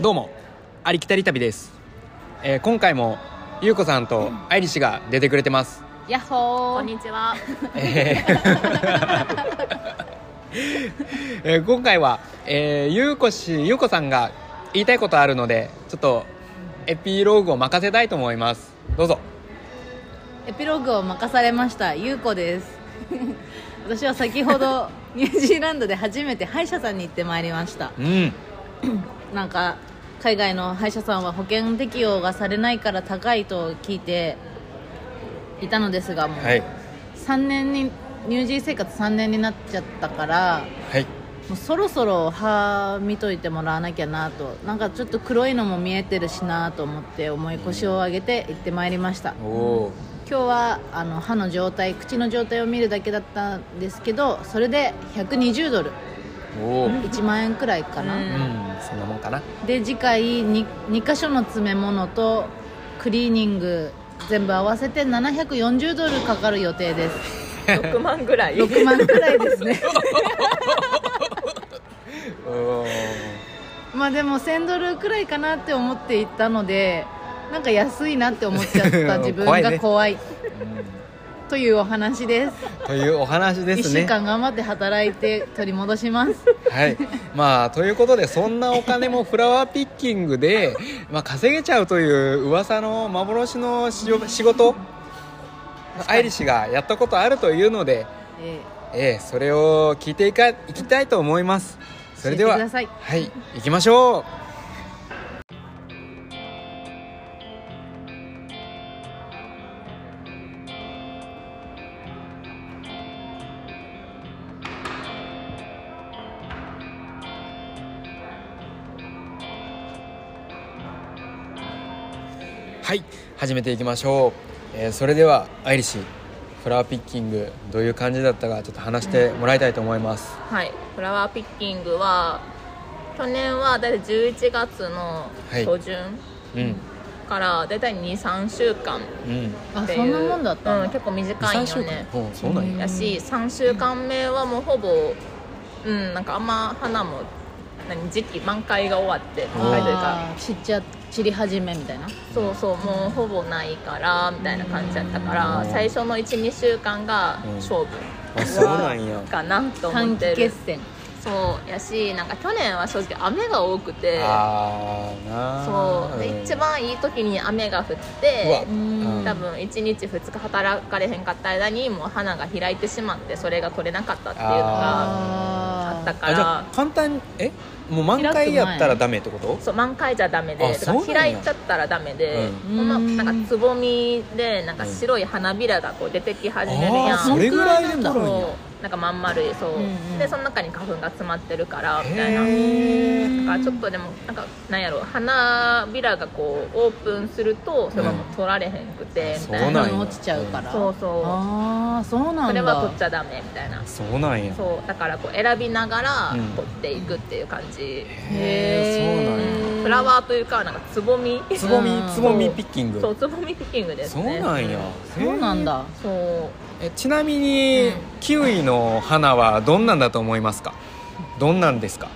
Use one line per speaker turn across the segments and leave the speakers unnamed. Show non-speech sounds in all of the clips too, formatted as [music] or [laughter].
どうもありきたり旅です、えー今回もゆうこさんと愛梨氏が出てくれてます、
やっほ
こ
ー
んにちは。
え [laughs] ーえー今回は、えー、ゆうこ氏ゆうこさんが言いたいことあるのでちょっとエピローグを任せたいと思いますどうぞ
エピローグを任されましたゆうこです
[laughs]
私は先ほどニュージーランドで初めて歯医者さんに行ってまいりました
うん
なんか海外の歯医者さんは保険適用がされないから高いと聞いていたのですがもう
はい
3年にニュージー生活3年になっちゃったから
はい
もうそろそろ歯見といてもらわなきゃなとなんかちょっと黒いのも見えてるしなと思って重い腰を上げて行ってまいりました
おお
今日はあの歯の状態口の状態を見るだけだったんですけどそれで120ドル
ーおお
1万円くらいかな、
うん
うんそんなもんかな
で次回 2, 2箇所の詰め物とクリーニング全部合わせて740ドルかかる予定です
六万ぐらい。
6万くらいで
[laughs]
すね
おー
まあでも1000ドルくらいかなって思っていたのでなんか安いなって思っちゃっ
[laughs]
た自分
怖いね
が怖い
うん
というお話です
というお話ですね
1週間頑張って働いて取り戻し
[laughs]
ます
はい、まあということでそんなお金もフラワーピッキングで、まあ、稼げちゃうという噂の幻のしよ仕事愛梨氏がやったことあるというので、
え
ええそれを聞いていかいきたいと思いますそれでは
教えてください
はい行きましょうはい始めていきましょう、えーそれではアイリッシュフラワーピッキングどういう感じだったかちょっと話してもらいたいと思います、
はい。フラワーピッキングは去年はだいたい十一月の
はい
初旬
うん
からだいたい二三週間っ
うん
ーあ
ていう。
そんなもんだったんだ、
うん、結構短いよね。
うんそうなんや
だし、三週間目はもうほぼ、うん、なんかあんま花も何時期満開が終わって満開というか。
あー散っちゃ散り始めみたいな
そうそうもうほぼないからみたいな感じだったか
う
ら
ん
最初の12週間が勝負
あそうなんや
かなと思
短
って
期
る
決戦
そうやしなんか去年は正直雨が多くて
あーなー
そうで
ん
一番いい時に雨が降っ
うわ
て
うん
多分1日2日働かれへんかった間にもう花が開いてしまってそれが取れなかったっていうのがあ
あ
ったか
あじゃ
ら
あ簡単にえもう満開やったらダメってこと
そう満開じゃダメ
あ
でだか
そう
ら
なんや
開いちゃったらダメで、
うん
このなんかつぼみでなんか白い花びらがこう出てき始めるや
あーそ
ん
れぐらいでもあるんや
そうなんかまん丸いそう、
うんうん
でその中に花粉が詰まってるからみたいな
へー
なんかちょっとでもなんかなんやろ花びらがこうオープンするとそれがもう取られへんくて、みた
そう
い
な
なん
や
落ちちゃうから
そうそう
ああそうな
そ
ん
れ
だ
は取っちゃダメみたいな
そうなんや
そうだからこう選びながら
うん
取っていくっていう感じ、
へ
へー
フラワーというかなんかつぼみ
ーそうなんやつぼ
うん
みつぼみピッキング
[laughs] そうつぼみピッキングです
そ
ね
うなんや
そうなんだ
そう
へーえちなみに
うん
キウイの花はどんなんだと思いますかどんなんですか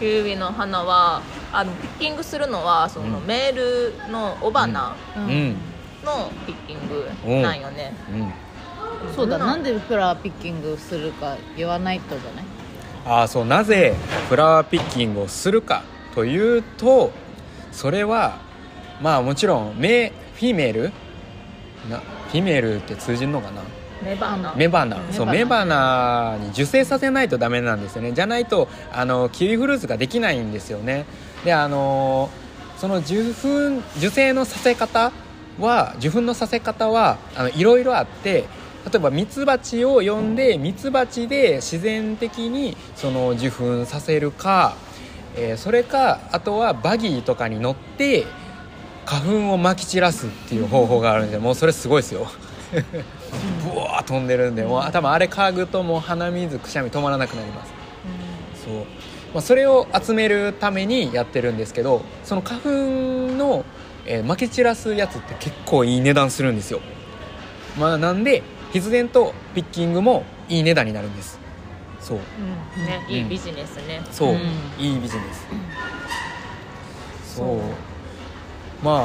キウイの花はあのピッキングするのはその、
うん
メールの雄花
う
うんん
のピッキングなんよね、
うん
そうだ
うん
なんでフラワーピッキングするか言わないとじゃない
ああそうなぜフラワーピッキングをするかというとそれはまあもちろんメフィメールなフィメールって通じるのかな
雌花
雌花
うん
そう雌
雌
花に受精させないとダメなんですよねじゃないとあのキウイフルーツができないんですよねであのその受粉受精のさせ方は受粉のさせ方はあのいろいろあって例えばミツバチを呼んでミツバチで自然的にその受粉させるか、えーそれかあとはバギーとかに乗って花粉をまき散らすっていう方法があるんでもうそれすごいですよブワー飛んでるんでもう頭あれ嗅ぐともう鼻水くしゃみ止まらなくなりますそう、まあ、それを集めるためにやってるんですけどその花粉の、えー、まき散らすやつって結構いい値段するんですよまあなんで必然とピッキングもいい値段になるんですそう
うんねいいビジネスね、
そう、
うん
いいビジネスそうまあ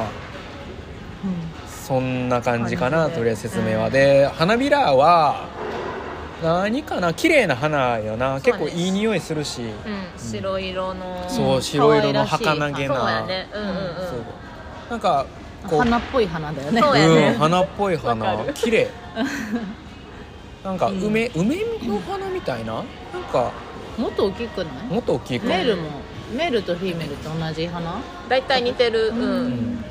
そんな感じかな
感じで
とりあえず説明は、で花びらは何かな綺麗な花よな
そう
結構
ね
いい匂いするし、
うん、白色の
そう
うん
白色の
可愛らしい
儚げ
そうや
な、
ねうんうんうん
そうなんかこう
花っぽい花だよね
そうや
う
ね
ん、花っぽい
わ
花
かる
綺
[laughs]
麗なんか
うん
梅、梅の花みたいななんか
もっと大きくない
もっと大きいか
メールもメールとフィメルと同じ花
大体似てるうん、
うん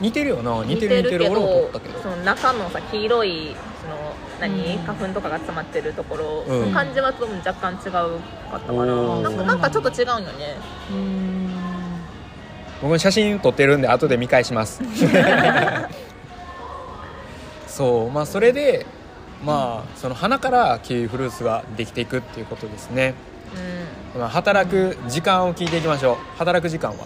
似てるよな似てる似てる俺も撮ったけど
その中のさ黄色いその何、
うん
花粉とかが詰まってるところ、
うん
の感じは多分若干違うかったかな
おー
なんかなんかちょっと違うのね
うーん
僕写真撮ってるんで後で見返しますそうまあそれでまあその花からキウイフルーツができていくっていうことですね、
うん
まあ、働く時間を聞いていきましょう働く時間は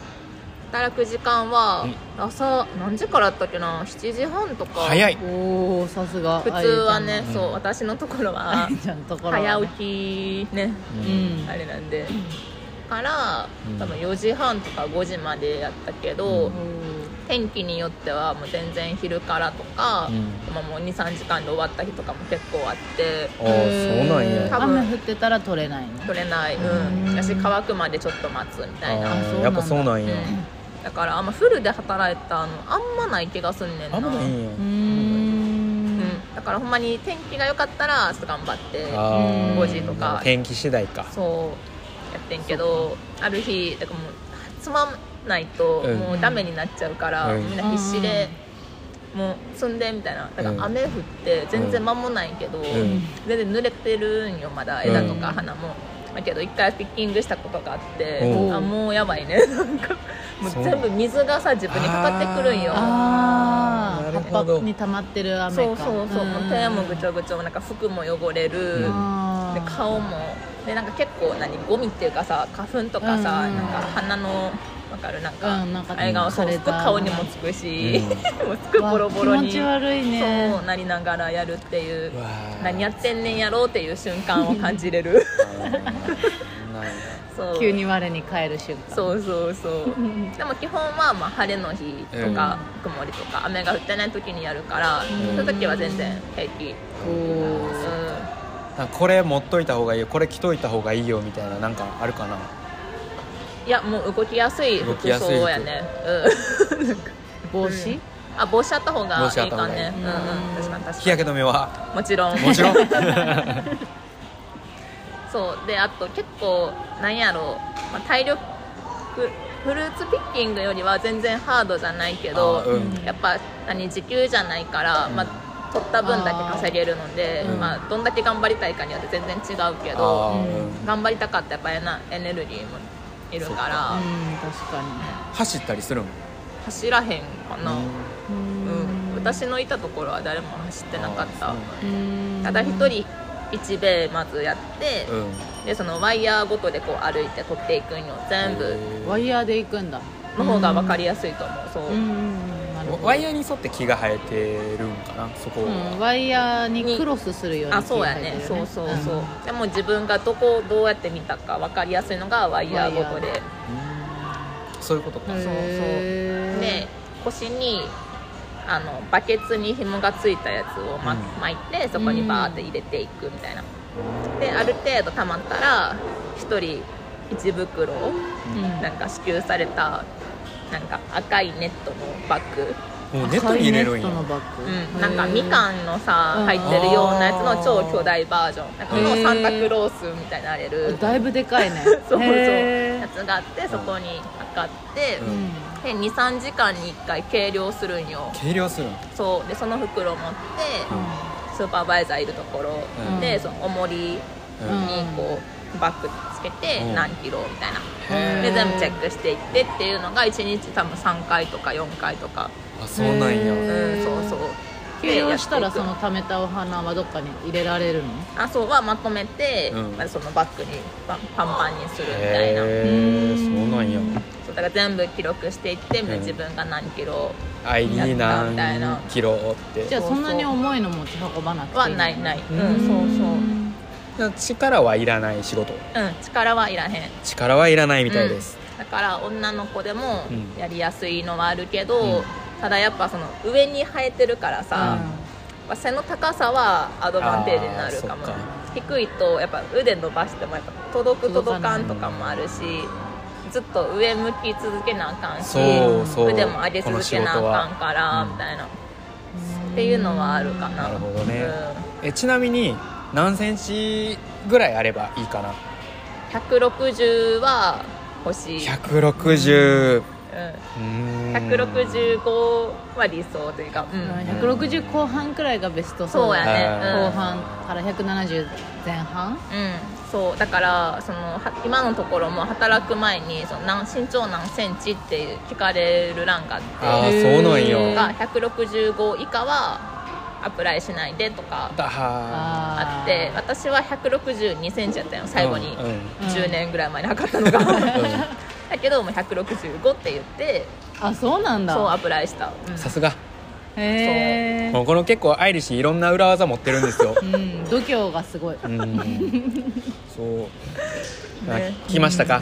働く時間は、
うん
朝何時からだったっけな7時半とか
早い
おおさすが
普通はね
うん
そう私のところ
[laughs]
あ
は
ゆちゃんのところはね
早起きね
う
うんん
あれなんでから
うん
多分4時半とか5時までやったけど、
うん
天気によってはもう全然昼からとか、まあ、もう23時間で終わった日とかも結構あって
ああそうなん
へ
や
ー雨降ってたら取れないの
取れない、
う
うんん、だし乾くまでちょっと待つみたいな、
あ
あ
ー
そうなんだ
やっぱそうなん
うん
や、
だからあんまフルで働いたのあんまない気がすんねんな
あんまないんや
うー
うんん、だからほんまに天気が良かったらちょっと頑張って
あー
5時とか
天気次第か
そうやってんけどある日だからもうつまんないと
うん
もうダメになっちゃうから、
うん
みんな必死で、もう積んでみたいなだか
うん
ら雨降って全然間もないけど、
ん
全然濡れてるんよまだ枝と
う
か
ん
花も、だけど一回ピッキングしたことがあって
お
う
あもうやばいね [laughs] なんかもう
そう
全部水がさ自分にかかってくるんよ
あ
な
あ
る
葉
ほ
っ
ど
ぱに溜まってる雨か
そうそうそう、もう手もぐち
ゃ
ょぐちょなんか服も汚れる、
うん
で顔もでなんか結構何ゴミっていうかさ花粉とかさ、
うん
なんか鼻のわかるなんか、
うんなんか
あれが
さ
そう
れ
服
た
顔にもつくし、 [laughs] もう服
わ
ボロボロに
気持ち悪いね
そうなりながらやるっていう
うわー
何やってんねんやろうっていう瞬間を感じれる
うんないな
[laughs] そう
急に我に返る瞬間
そうそうそうでも基本はまあ晴れの日とか、曇りとか雨が降ってない時にやるから、
ん
その時は全然平気、
お
う
ー
ん
なんかこれ持っといた方がいいよこれ着といた方がいいよみたいななんかあるかない
やもう動きやすい
動
服
きやすい服
装やねうん
帽子
あ帽子あった方が
帽子あ
い
っ
い
た方
か
がいい
ねうんうん確かに確かに
日焼け止め
[laughs]
は
もちろ
[laughs]
ん
もちろん
そうであと結構なんやろう、まあ、体力フルーツピッキングよりは全然ハードじゃないけど
あ、ーうん
やっぱ何時給じゃないから、まあ、取った分だけ稼げるので
あーうん
まあ、どんだけ頑張りたいかによって全然違うけ
あ
ど
ー、
うん
うん
頑張りたかったらやっぱエネルギーもいるから
うん確かに
走ったりするん
走らへんかな、
う
うん、私
の
のいたところは誰も走ってなかった
あーそう
ただ一人1米まずやって、
うん
でそのワイヤーごとでこう歩いて取っていくんよ全部
ワイヤーで行くんだ
の方が分かりやすいと思うそうう、
んうんなるほど
ワイヤーに沿って木が生えてるんかなそこ
うんワイヤーにクロスするように
あそうやね
切り替
そ
え
う
てる
そう
よね
そう、でも自分がどこをどうやって見たか分かりやすいのがワイヤーごとで
そういうことか
うん
そう
へー
で腰にあのバケツに紐がついたやつを、ま
うん
巻いてそこにバーって入れていくみたいな、である程度たまったら1人1袋
うん
なんか支給されたなんか赤いネットのバッグ、
もうネットに入れるん
赤いネットの
や
バッグ
うん、なんかみかんの
う
さ
ん
入ってるようなやつの超巨大バージョンなんかこの
へー
サンタクロースみたいになれ
へ
る
ーだいぶでかいね
[laughs] そうそう
へ
や
ー
つがあってそこに測って
う、ん
で23時間に1回計量するんよ
計量するん
そうでその袋持ってスーパーバイザーいるところ、
うん
でその重りに
う
うん
ん
こうバッグつけて
うん
何キロみたいな、
へー
で全部チェックしていってっていうのが1日多分3回とか4回とか
あそうなんや
へ
う
ー
んそうそう
計量したらそ
でや
の
ってい
貯めたお花はどっかに入れられるの
くあそうはまとめて、
うん
まあそのバッグにパンパンにするみたいな
へえそうなんや
そうだから全部記録していって
ん
自分が何キロ
アイリー
やったみたい
何
な
キロって
じゃあそんなに重いの持ち運ばなくて
はい
い
ないない、
う
うん
ん
そう
力はいらない仕事
そううん力はいらへん
力はいらないみたいです、
だから女の子でも
うん
やりやすいのはあるけ
う
ど、
ん
ただやっぱその上に生えてるからさ、まあ背の高さはアドバンテージになるかも
あーそっか
低いとやっぱ腕伸ばしてもやっぱ届く届かんとかもあるしずっと上向き続けなあかんし
そうそう
腕も上げ続けなあかんから
この仕事は
みたいな、っていうのはあるかな
なるほどね
うん
えちなみに何センチぐらいあればいいかな
160は欲しい、
160
う
うーん
ん、165は理想というか、うん
160後半くらいがベスト
そうや
ね
ね、うん、
後半から170前半
うん、そうだからそのは今のところも働く前にその何身長何センチって聞かれる欄があっ
ああ
て
そうなんよ
へー
だ
が165以下はアプライしないでとか
は
あって私は162センチやったよ最後に
うんうん
10年ぐらい前に測ったのが、だけどもう165って言って
あそうなんだ
そうアプライした、うん
さすが
へえ
もうこの結構アイリッシュいろんな裏技持ってるん
[laughs]
ですよ
うん度胸がすごい
うんそう、あ
ね
聞きましたか、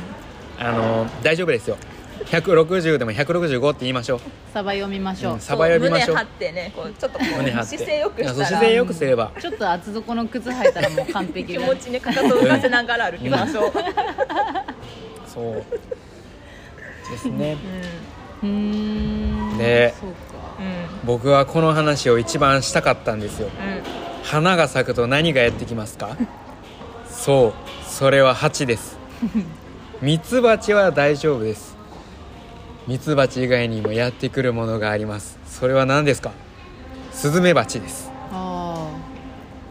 あの大丈夫ですよ160でも165って言いましょ
サバ読みまし
う、
ょ
うん、
う
サバ呼びましょう
胸張ってねこうちょっとこ
胸張
う
って
姿勢よくし
い
た
や
ら
そう姿勢よくすれば
ちょっと厚底の靴履いたらもう完璧
[laughs] 気
で
持ちにかかとを浮かせながら歩きましょう、
そうですね
うん
うーん
ね
そうか
う
僕はこの話を一番したかったんですよ
ん、うん、
花が咲くと何がやってきますかそうそれは蜂ですミツバチは大丈夫ですミツバチ以外にもやってくるものがありますそれは何ですかスズメバチです
あ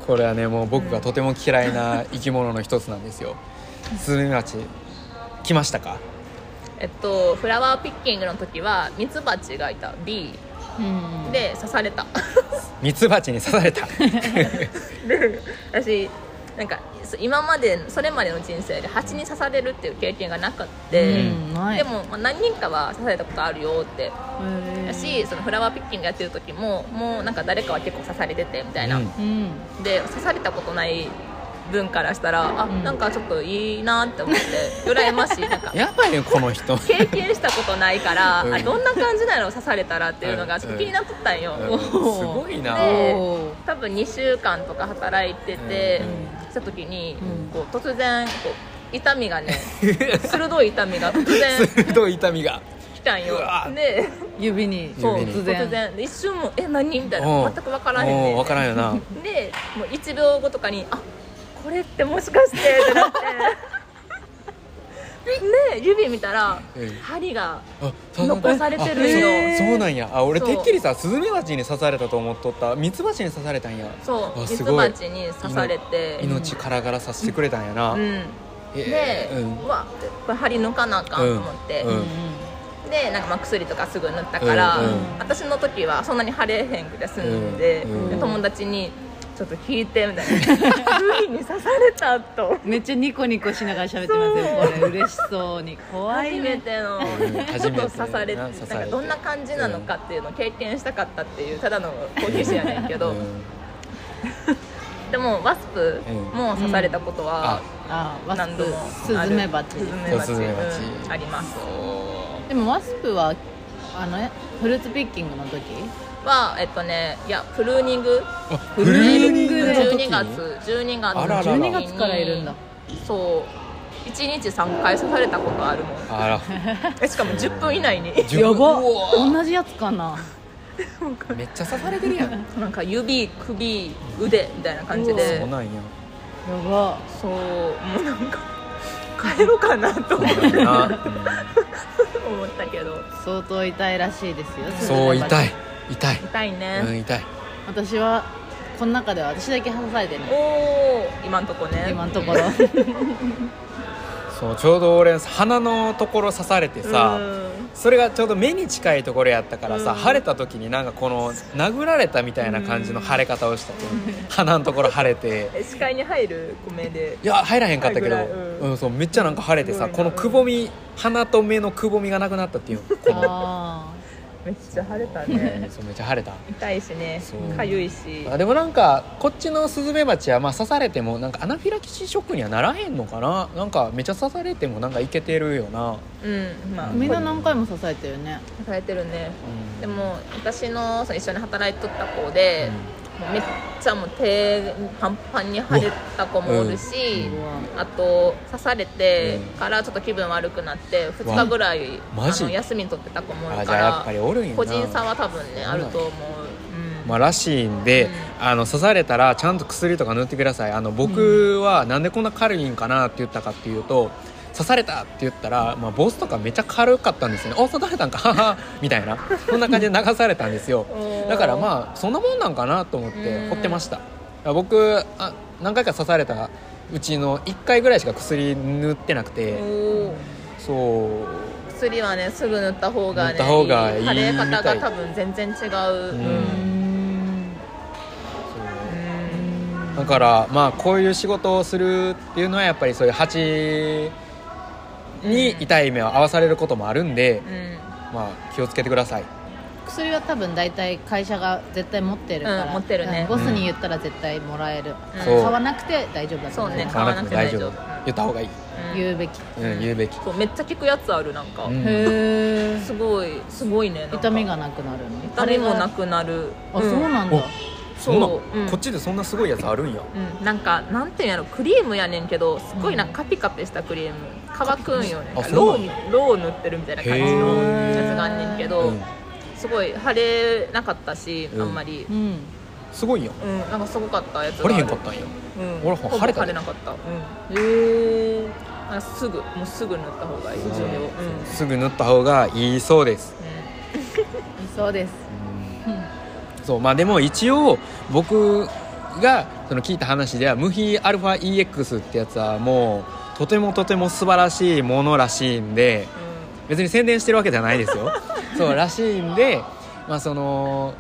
これはねもう僕がとても嫌いな生き物の一つなんですよスズメバチ来ましたか
えっとフラワーピッキングの時はミツバチがいた B
あうん
で刺さ
[laughs]
れた
ミツバチに刺され
[laughs]
た
で私なんかそ今までそれまでの人生で蜂に刺されるっていう経験がなくって、
うんない
でも、まあ、何人かは刺されたことあるよって
へえ
だしそのフラワーピッキングやってる時ももうなんか誰かは結構刺されててみたいな、
うん
うん
で刺されたことない分からしたらあ、
ん
なんかちょっといいなって思って羨ましいなんか
やばいよこの人
経験したことないから、
うん
あどんな感じなの刺されたらっていうのがちょっと気になっとったんよ、
うんすごいな
で
おー
多分2週間とか働いてて、
う
した時に、
うん
こう突然こう痛みが
[laughs]
ね鋭い痛みが突然
鋭い痛みが
来たんよ
うわ
で
指に
そう
指に
突然
突然
一瞬も「え何?」みたいな
うん
全く分からへんね
おう分からんよ
[laughs]
な
でもう1秒後とかに「あこれってもしかして」っ
[laughs]
てなってで指見たら
うん
針が
あ
残されてるんよ
あえーそうなんやあ俺
そう
てっきりさスズメバチに刺されたと思っとったミツバチに刺されたんや
そう
あ
ミ
す
ツ
ごい
バチに刺されて
命からがら刺してくれたんやな、
うん
え
で、
ーうん
うわこれ針抜かなあかんと思って、
うんうん
でなんかまあ薬とかすぐ塗ったから、
うんうん
私の時はそんなに腫れへんくて済んで,、
うん
で友達に「ちょっと聞いて」みたいな「ルイに刺された」と
めっちゃニコニコしながら喋ってますよこれ嬉しそうに怖い
初め
ね
ての
ん初
ちょ
め
ってと刺されて
な
な
刺
ん
されて
かどんな感じなのかっていうのを経験したかったっていうただの好奇心やねんけど、
うん
でもワスプも刺されたことは
あ
あーワス
何度もあ
プ
る
スズメバチ
スズメバチ
そうスズメバチ
うんあります
でもワスプはあのねフルーツピッキングの時
はえっとねいやプルーニング
あ
フルーニングで
12月12月
あららら
12月からいるんだ
そう1日3回刺されたことあるもん [laughs]
あら
えしかも10分以内に
自分
やば
うわ
同じやつかな
めっちゃ刺されてるやんそ
なんか指首腕みたいな感じで
うなんや
やば
そうもうなんか帰ろうかなと思って
そうやな
思ったけど
相当痛いらしいですよ
うん
スズ
そう
メバチ
痛い痛い
痛いね、
うん痛い
私はこの中では私だけ刺されてな
お
い
お今んとこね
今のと
[laughs]
ころ
そうちょうど俺鼻のところ刺されてさ、
うん
それがちょうど目に近いところやったからさ、
うん
腫れた時になんかこの殴られたみたいな感じの腫れ方をしたと、鼻のところ腫れて
え視界に入る米で
いや入らへんかったけど、
はいうぐらい
ん
うん
そうめっちゃなんか腫れてさ、
すごいな [laughs]
このくぼみ鼻と目のくぼみがなくなったっていうのこの
あ
めっちゃ晴れた
ね
ね
そうめっちゃ晴れた
痛いしね
そう
かゆいし
あでもなんかこっちのスズメバチはまあ刺されてもなんかアナフィラキシーショックにはならへんのかななんかめっちゃ刺されてもなんかいけてるよな、
うんまあ
みんな何回も支えてるね
支えてるね
うん
でも私のそう一緒に働いとった子で、もうめっちゃもう手パンパンに腫れた子もおるし、
うわ
あと刺されて
うん
からちょっと気分悪くなって2日ぐらい
マ
あ
ジ
の休み取ってた子もお
あ
る
じ
か
ゃあやっ
ら
ぱりおるんやな
個人差は多分ね
あ
あ
る
る
んや
と思う、うん
まあ、らしいんで、あの刺されたらちゃんと薬とか塗ってくださいあの僕はなんでこんな軽いんかなって言ったかっていうと刺されたって言ったら、まあ、ボスとかめっちゃ軽かったんですよね「お刺されたんか [laughs] はは」みたいなそんな感じで流されたんですよ
おー
だからまあそんなもんなんかなと思って
うん
掘ってました僕あ何回か刺されたうちの1回ぐらいしか薬塗ってなく
お
て
ー
そう
薬はねすぐ塗った方が
塗
ね
った方がいいみ
腫
たい
れ方が多分全然違う、
う
うんん
そうだからまあこういう仕事をするっていうのはやっぱりそういう蜂に痛い目を合わされることもあるんで、
うん
まあ気をつけてください
薬は多分大体会社が絶対持ってるから、
うん持ってるね
うんボスに言ったら絶対もらえる、
うん
あの
そう
買わなくて大丈夫だと思い
そうね
ます
買わなくて大丈夫
言った方がいい、
うん
言うべき、
うん
うん
言うべき、
そうめっちゃ効くやつあるなんか、
うん
へえ
すごいすごいねなんか
痛みがなくなるの
痛みもな
く
くなる
あそうなんだ、
おそんな
そううん
こっちでそんなすごいやつあるんや
うん、なんかなんていうんやろクリームやねんけどすごいなんかカピカピしたクリーム乾くんよね
あ
なんか
そうな
ロウ
ん
にロウを塗ってるみたいな感じの
へ
やつがあんねんけど、
うん
すごい腫れなかったし、
うん
あんまり
う、ん
すごいやん
うん、なんかすごかったやつ
晴れ
が
へん
ある
かったんや
うん、
俺
ほぼ
腫れた
腫れなかった、うん、
へえ
なんかすぐもうすぐ塗った方がいい
うん
それを、うん
すぐ塗った方がいいそうです、
そうです
そうまあでも一応僕がその聞いた話ではムヒアルファ EX ってやつはもうとてもとても素晴らしいものらしいんで別に宣伝してるわけじゃないですよそうらしいんでまあその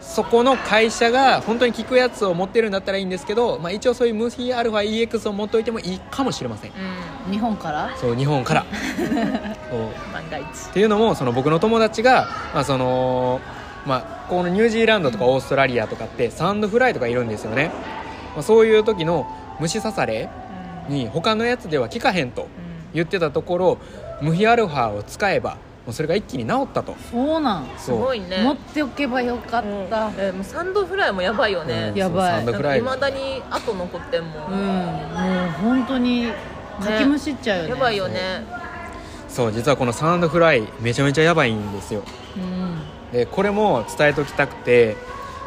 そこの会社が本当に効くやつを持ってるんだったらいいんですけど、まあ、一応そういうムヒアルファ EX を持っておいてもいいかもしれません
うん、うん
日本から
そう日本からそう
万が一
っていうのもその僕の友達が、まあそのまあ、このニュージーランドとかオーストラリアとかってサンドフライとかいるんですよね、まあ、そういう時の虫刺されに他のやつでは効かへんと
うん
言ってたところムヒアルファを使えばもうそれが一気に治ったと
そうなん
す
すご
い
いね
持っておけばよかった
うんえもうサンドフライもやばいよね、
やばい
サンドフライ
いまだに後残ってんも、
うんん、もう本当にかきむしっちゃうよね
やばいよね
そう実はこのサンドフライめちゃめちゃやばいんですよ
うん
でこれも伝えときたくて、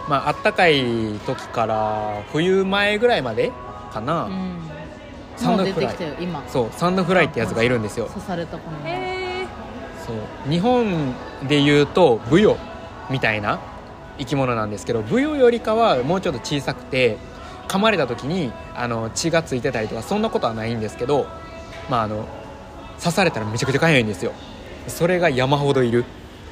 まあったかい時から冬前ぐらいまでかな、
うん
サン
も
ド
う出
フ
て
ラ
き
イ
たよ今
そうサンドフライってやつがいるんですよ
刺された子も
へえ
そう日本でいうとブヨみたいな生き物なんですけどブヨよりかはもうちょっと小さくて噛まれた時にあの血がついてたりとかそんなことはないんですけど、まあ、あの刺されたらめちゃくちゃ痒いんですよそれが山ほどいる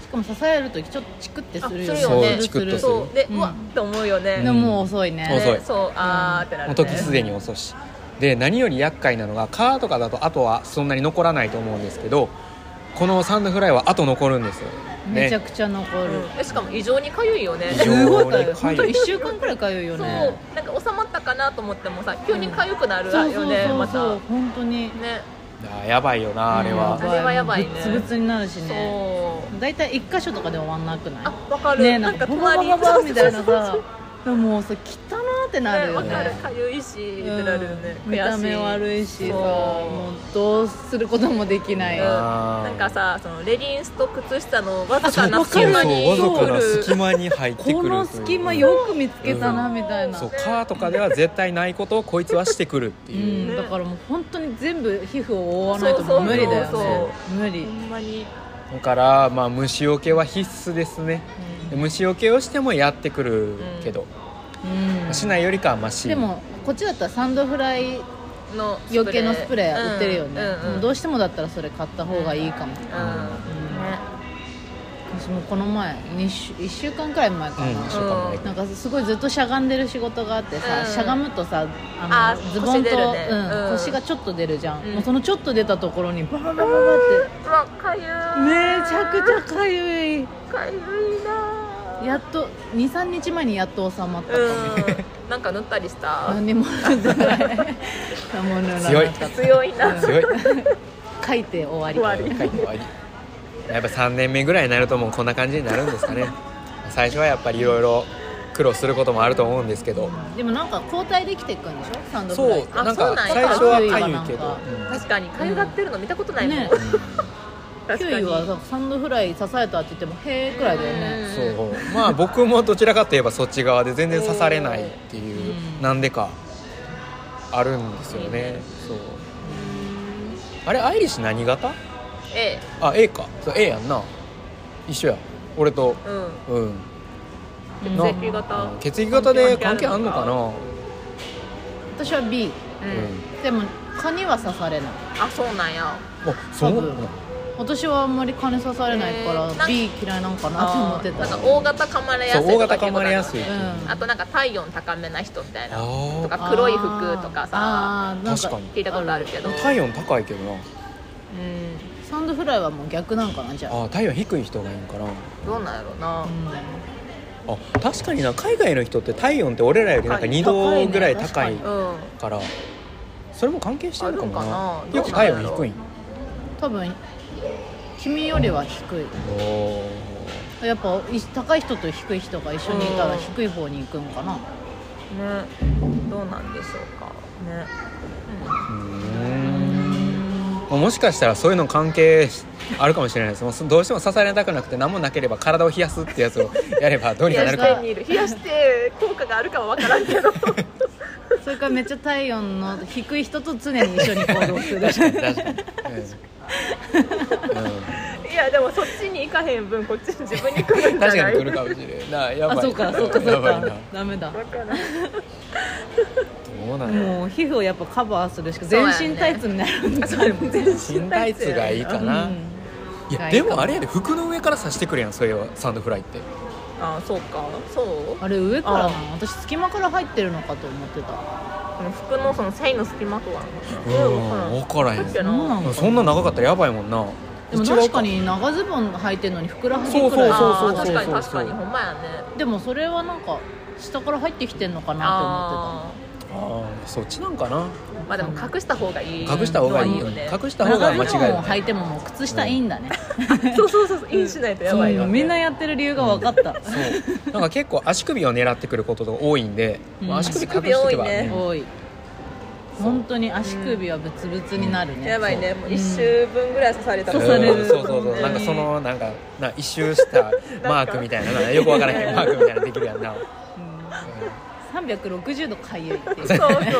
しかも刺される時ちょっとチクってするよ
あするよね
するする
チクッとする
そうで、
う
うんわって思うよね、
でももう遅い
うん
ね
遅い
ねそうあーってなる、
もう
ね、
時すでに遅しで何より厄介なのが蚊とかだと後はそんなに残らないと思うんですけどこのサンドフライは後残るんですよ、
めちゃ
ね、
くちゃ残る
うんえしかも異常にかゆいよね
異常
すごい
か
か
ゆい
ゆい本当1週間くらいかゆいよ
そう
ね
なんか収まったかなと思ってもさ急にかゆくなる
そうそ
よ
う
ね、
そう
また
そう本当に
ね
あーやばいよなあれは、
うんあれはやばいね
ぶっつぶつになるし
そう
ね大体1箇所とかで終わんなくない
あわかる、
ねな
なんん
か
か
ボバ
隣
ボバボバみたいな
そうそう
さでももうさ汚ーってな
そう
る
ね
よ
わ
ね
かるかゆいし、ってなるよね
うん見た目悪いしさ
そう
もうどうすることもできない、
うん
あー
なんかさそのレギンスと靴下のわずか
あ
な
そう
隙間に
そうそうわずかな
来
隙
る
間に入ってくる
この隙間よく見つけたな
うん
みたいな、
そうカーとかでは絶対ないことをこいつはしてくるって
う
いう、
ん、だ
ね
からもう本当に全部皮膚を覆わないと
そうそう
無理だよ
そう
ね無理
ほんまに
だからまあ虫除けは必須ですねで虫除けをしてもやってくるけど、
うん
しないよりかはマシ
でもこっちだったらサンドフライ
のスプレー
余計のスプレー売ってるよね、
うんうん
もうどうしてもだったらそれ買った方がいいかも、
うん
うん
ね
私もこの前2週1週間くらい前か
う
な、
ん一週間前
なんかすごいずっとしゃがんでる仕事があってさ、
うん
しゃがむとさあの
あ
ズボンと
腰出るね
うん
うん
腰がちょっと出るじゃん、
うん
もうそのちょっと出たところにバババババっ
うわかゆ
てねえゃくちゃかゆい
かゆいな
やっと23日前にやっと収まったかも、
うんなんか塗ったりした
何も出てないもう塗らなかった
強い
強いな
強い
書いて終わり
終わり
書いて終わりやっぱ3年目ぐらいになるともうこんな感じになるんですかね最初はやっぱりいろいろ苦労することもあると思うんですけど
でもなんか交代できていくんでしょサンドフ
そ
ライ
う
が
なん
そ
か
うなんや
最初はかゆ
ないんか
けど
確かにかゆがってるの見たことないもん、
ね
確
キ
か
ウイ
に
はさサンドフライ刺されたって言ってもへえくらいだよね
うんそうまあ僕もどちらかといえばそっち側で全然刺されないっていう
うん
なんでかあるんですよねそうあれアイリッシュ何型
え
あ A かそう A やんな一緒や俺と
えうん
うん
うん
な
血液型
うん血液型で関係あんのかな
私は B
う
うん
ん
でも蚊には刺されない
あそうなんや
あそう
多分私はあんまり蚊に刺されないか
へ
ら
ーなん
B 嫌いなんかなと思って
な
た
んか大型噛まれや
そ
すいうとか
大型噛まれやすい
聞
っ
い
て
う
いうん
たことあるあとなんか体温高めな人みたいなと
あ
か黒い服とかさ
あーあーなん
確かに
聞いたことあるけど
ー体温高いけどな
うん
サンドフライはもう逆なんかなじゃあ、
あー体温低い人がいいんかな
どうなんやろうな
う
あ確かにな海外の人って体温って俺らよりなんか
高い
2度ぐらい
高
高
い
い
ね
うん
からそれも関係してるかもな
あるんかな
よく体温低い
ん、多分君よりは低い
おー
やっぱい高い人と低い人が一緒にいたら低い方に行くんかな、
ねどうなんでしょうかね
うーんもしかしたらそういうの関係あるかもしれないですもうどうしても刺されたくなくて何もなければ体を冷やすってやつをやれば
[laughs]
どう
冷
にかなる
やし
か
て
も
みる冷やして効果があるかは分からんけど [laughs]
それからめっちゃ体温の低い人と常に一緒に行動する
確かに確かに
[laughs]
うんうん
いやでもそっちに行かへん分こっちに自分に来るんじゃ
確
な
か
い
に来るかもしれんなやば
あ
いな
そうかそうかそう
やばい
かダメだ
分からん
などう
[laughs]
なんや
もう皮膚をやっぱカバーするしか
そうや
全
ね
身タイツになるんだ
そうやね
新タイツがいいかな、
うん
い
が
や
いい
で
かも
もあれやで服の上から刺してくるやんそれはサンドフライって
あそうかそう
あれ上からなの私隙間から入ってるのかと思ってた
服のその繊維の隙間とは
う
うん
ん分からへ
さっきや
ん
な
そうなの
そんな長かったらやばいもんな
でも
うちは
確かに長ズボン履いてるのにふくらはぎく
そ
ら
う
い
そう
あー
そうそう
確かに確かに
そう
ほんまやね
でもそれはなんか下から入ってきてんのかな
あ
ああそっちなんかな
ーまあでも隠した方がいい
隠した方がいい
のはよね
隠し
と
た
思
方
ってた
が間
長ズ
違
ボ
い
ン
な
を履
い
いてももう靴下いいんだね
そうそうそうインしないとやばいよ、
うん
ね、
みんなやってる理由が分かった
そう [laughs] なんか結構足首を狙ってくることが多いんで、
うん
まあ足首隠してけば、
足首多いね
うん
多い本当に足首はブツブツになるね、
やばいねもう一周分ぐらい刺された
刺される
うんそうそうそうなんかそのなんかな一周
[laughs]
したマークみたいななよくわからへんマークみたいなのできるやんな、うん
360度かゆいっていう
そうそうそうね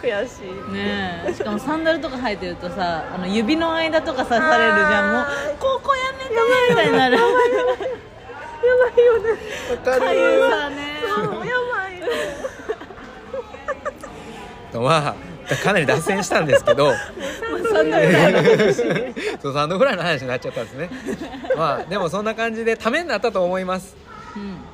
悔しい
ねえしかもサンダルとか履いてるとさあの指の間とか刺されるじゃんもうここやめてみたいになる
やばいよね
かゆさね
そうやばいね
まあかなり脱線したんですけ
[laughs]
ど
サンダルだよ
[laughs] そうサンドフライの話になっちゃったんですねまあでもそんな感じでためになったと思います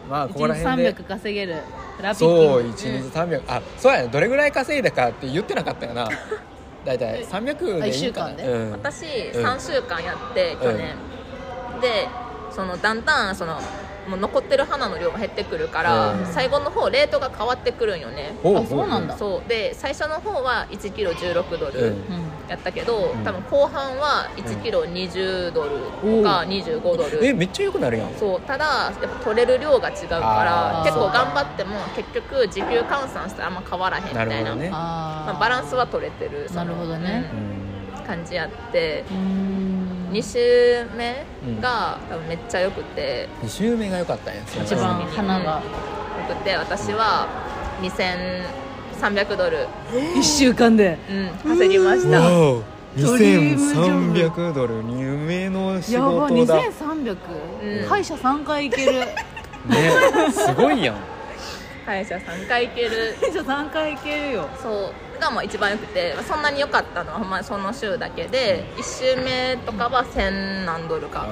まあここら辺で
1日300稼げるラピキン
そう1日300あそうやねどれぐらい稼いだかって言ってなかったよ
[laughs]
な大体300
あ
で
一
いい
週
か
間
な
で
うん
私
うん
3週間やって去年、でそのだんだんそのもう残ってる花の量が減ってくるから、
うん
最後の方レートが変わってくるんよね、
ほ
あそうなんだ
そうで最初の方は1キロ16ド
う
ル
ん
う
やったけど、
うん
多分後半は1キロ20ドルとか25ドル、
えめっちゃ良くなるやん
そうただやっぱ取れる量が違うから
あー
結構頑張っても結局時給換算したらあんま変わらへんみた
ないる
な
ほどね
ん、あー
まあ、バランスは取れてるその
なるほどね
うん
うん
感じやって
うーん
2週目が多分めっちゃ良くて
2周目が良かったんや
一番花が
良くて私は2300ドル、
1週間で
うん、稼ぎました
わお
ドリームジョブ
2300ドル夢の仕
やば
事だね
2300、
うん
歯医者3回行け
[laughs]
る
すご
[laughs]
いやん
歯医者3回行ける
歯医者3回行けるよ
そうがもう一番良くてそんなに良かったのはほんまその週だけで1週目とかは1000何ドルか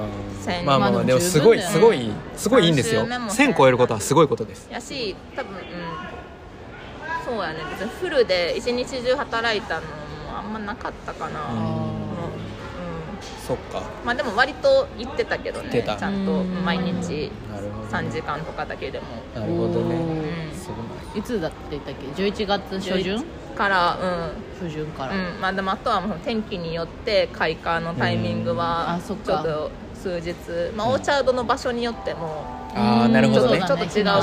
1000
まあまあま
ま
あ
あ
で
で
も
も
すごい
十
す
分
ご
だよ
いすごいいいんですよ
三周目も
1000超えることはすごいことです
やし多分うんそうやね別にフルで一日中働いたのもあんまなかったかな、
うん
うん
そっか
まあでも割と行ってたけど
行って
ねち
た
ゃんと
うん
毎日
なるほど、ね、
3時間とかだけでも
なるほどね
うん
すごい
いつだって言ったっけ11月初旬
から
初旬か
う
ら、
ん、うん、まあでもあとはもう天気によって開花のタイミング
うん
は
あそっか
ちょっと数日まあオーチャードの場所によっても
ああなるほ
ちょっ
ど
と
ね
うん
ちょっと違うかもな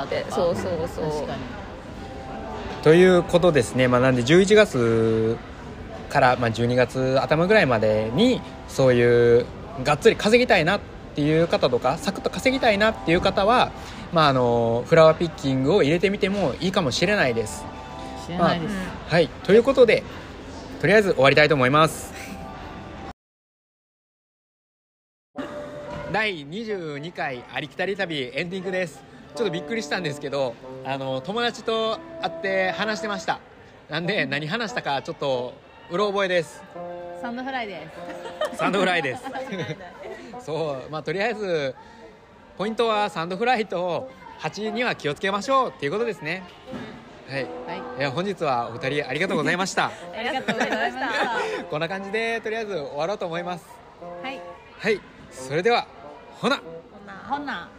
ーって
火
そ
の当たり方とか
うそうそう
確かに
ということですね、まあ、なんで11月から、まあ、12月頭ぐらいまでにそういうがっつり稼ぎたいなっていう方とかサクッと稼ぎたいなっていう方は、まあ、あのフラワーピッキングを入れてみてもいいかもしれないです。
知らないで
う
す、
ん
はい、ということでとりあえず終わりたいと思います。第22回ありきたり旅エンディングですちょっとびっくりしたんですけどあの友達と会って話してましたなんで何話したかちょっとうろ覚えです
サンドフライです
サンドフライですそうまあとりあえずポイントはサンドフライと蜂には気をつけましょうっていうことですねはい
はい
いや本日はお二人ありがとうございました
ありがとうございました
こんな感じでとりあえず終わろうと思います
はい
はいそれではほな
ほな